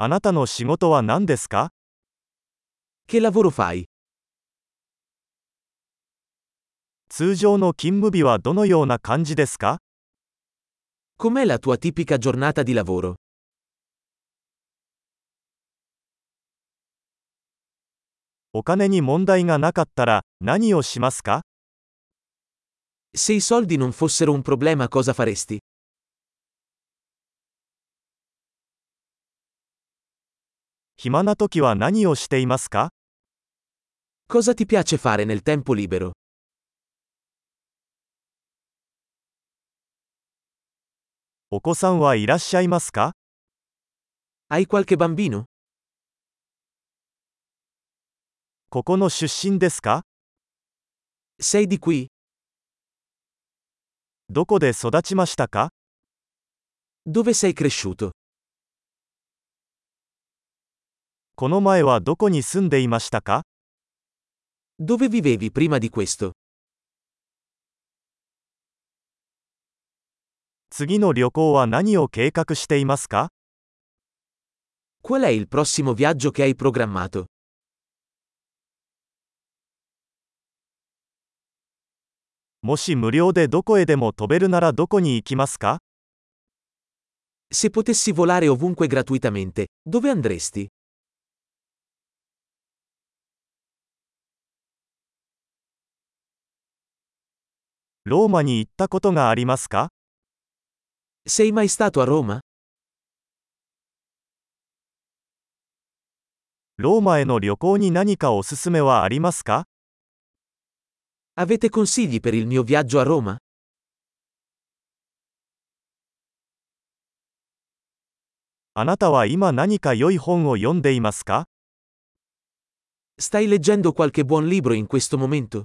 あなたの仕事は何ですか Che lavoro fai? 通常の勤務日はどのような感じですか Com'è la tua tipica giornata di lavoro? お金に問題がなかったら何をしますか Se i soldi non fossero un problema cosa faresti? 暇な時は何をしていますか Cosa ti piace fare nel tempo libero? お子さんはいらっしゃいますか Hai qualche bambino? ここの出身ですか Sei di qui? どこで育ちましたか Dove sei cresciuto? この前はどこに住んでいましたか Dove vivevi prima di questo? 次の旅行は何を計画していますか Qual è il prossimo viaggio che hai programmato? もし無料でどこへでも飛べるならどこに行きますか Se potessi volare ovunque gratuitamente, dove andresti? ローマに行ったことがありますか Sei mai stato a Roma? ローマへの旅行に何かおすすめはありますか Avete consigli per il mio viaggio a Roma? あなたは今何か良い本を読んでいますか Stai leggendo qualche buon libro in questo momento?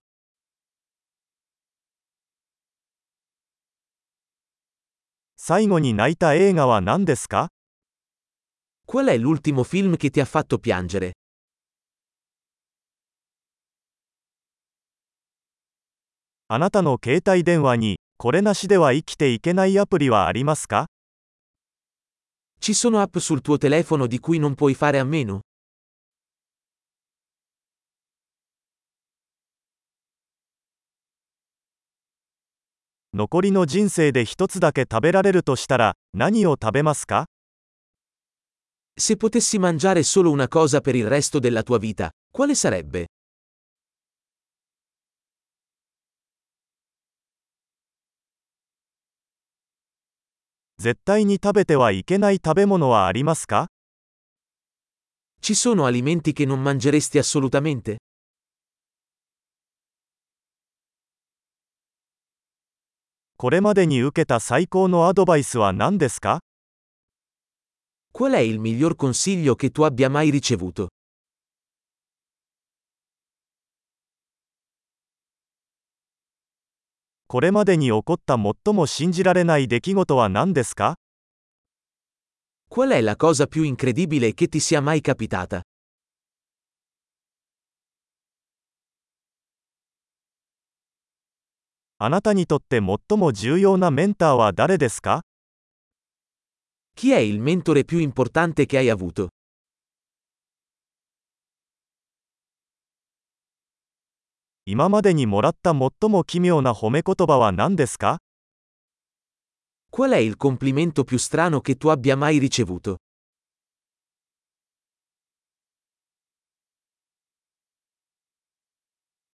最後に泣いた映画は何ですか Qual è l'ultimo film che ti ha fatto piangere? あなたの携帯電話にこれなしでは生きていけないアプリはありますか Ci sono app sul tuo telefono di cui non puoi fare a meno? 残りの人生で一つだけ食べられるとしたら何を食べますか Se potessi mangiare solo una cosa per il resto della tua vita, quale sarebbe? 絶対に食べてはいけない食べ物はありますか Ci sono alimenti che non mangeresti assolutamente? これまでに受けた最高のアドバイスは何ですか Qual è il miglior consiglio che tu abbia mai ricevuto? これまでに起こった最も信じられない出来事は何ですか Qual è la cosa più incredibile che ti sia mai capitata? あなたにとって最も重要なメンターは誰ですか Chi è il mentore più importante che hai avuto? 今までにもらった最も奇妙な褒め言葉は何ですか Qual è il complimento più strano che tu abbia mai ricevuto?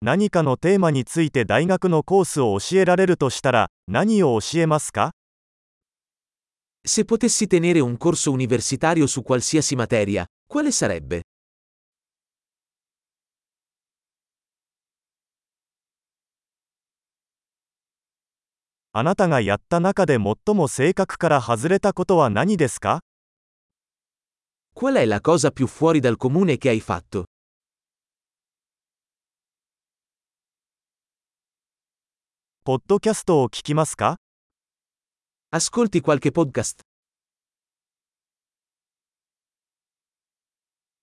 何かのテーマについて大学のコースを教えられるとしたら何を教えますか Se potessi tenere un corso universitario su qualsiasi materia, quale sarebbe? あなたがやった中で最も性格から外れたことは何ですか Qual è la cosa più fuori dal comune che hai fatto? ポッドキャストを聞きますか Ascolti qualche podcast.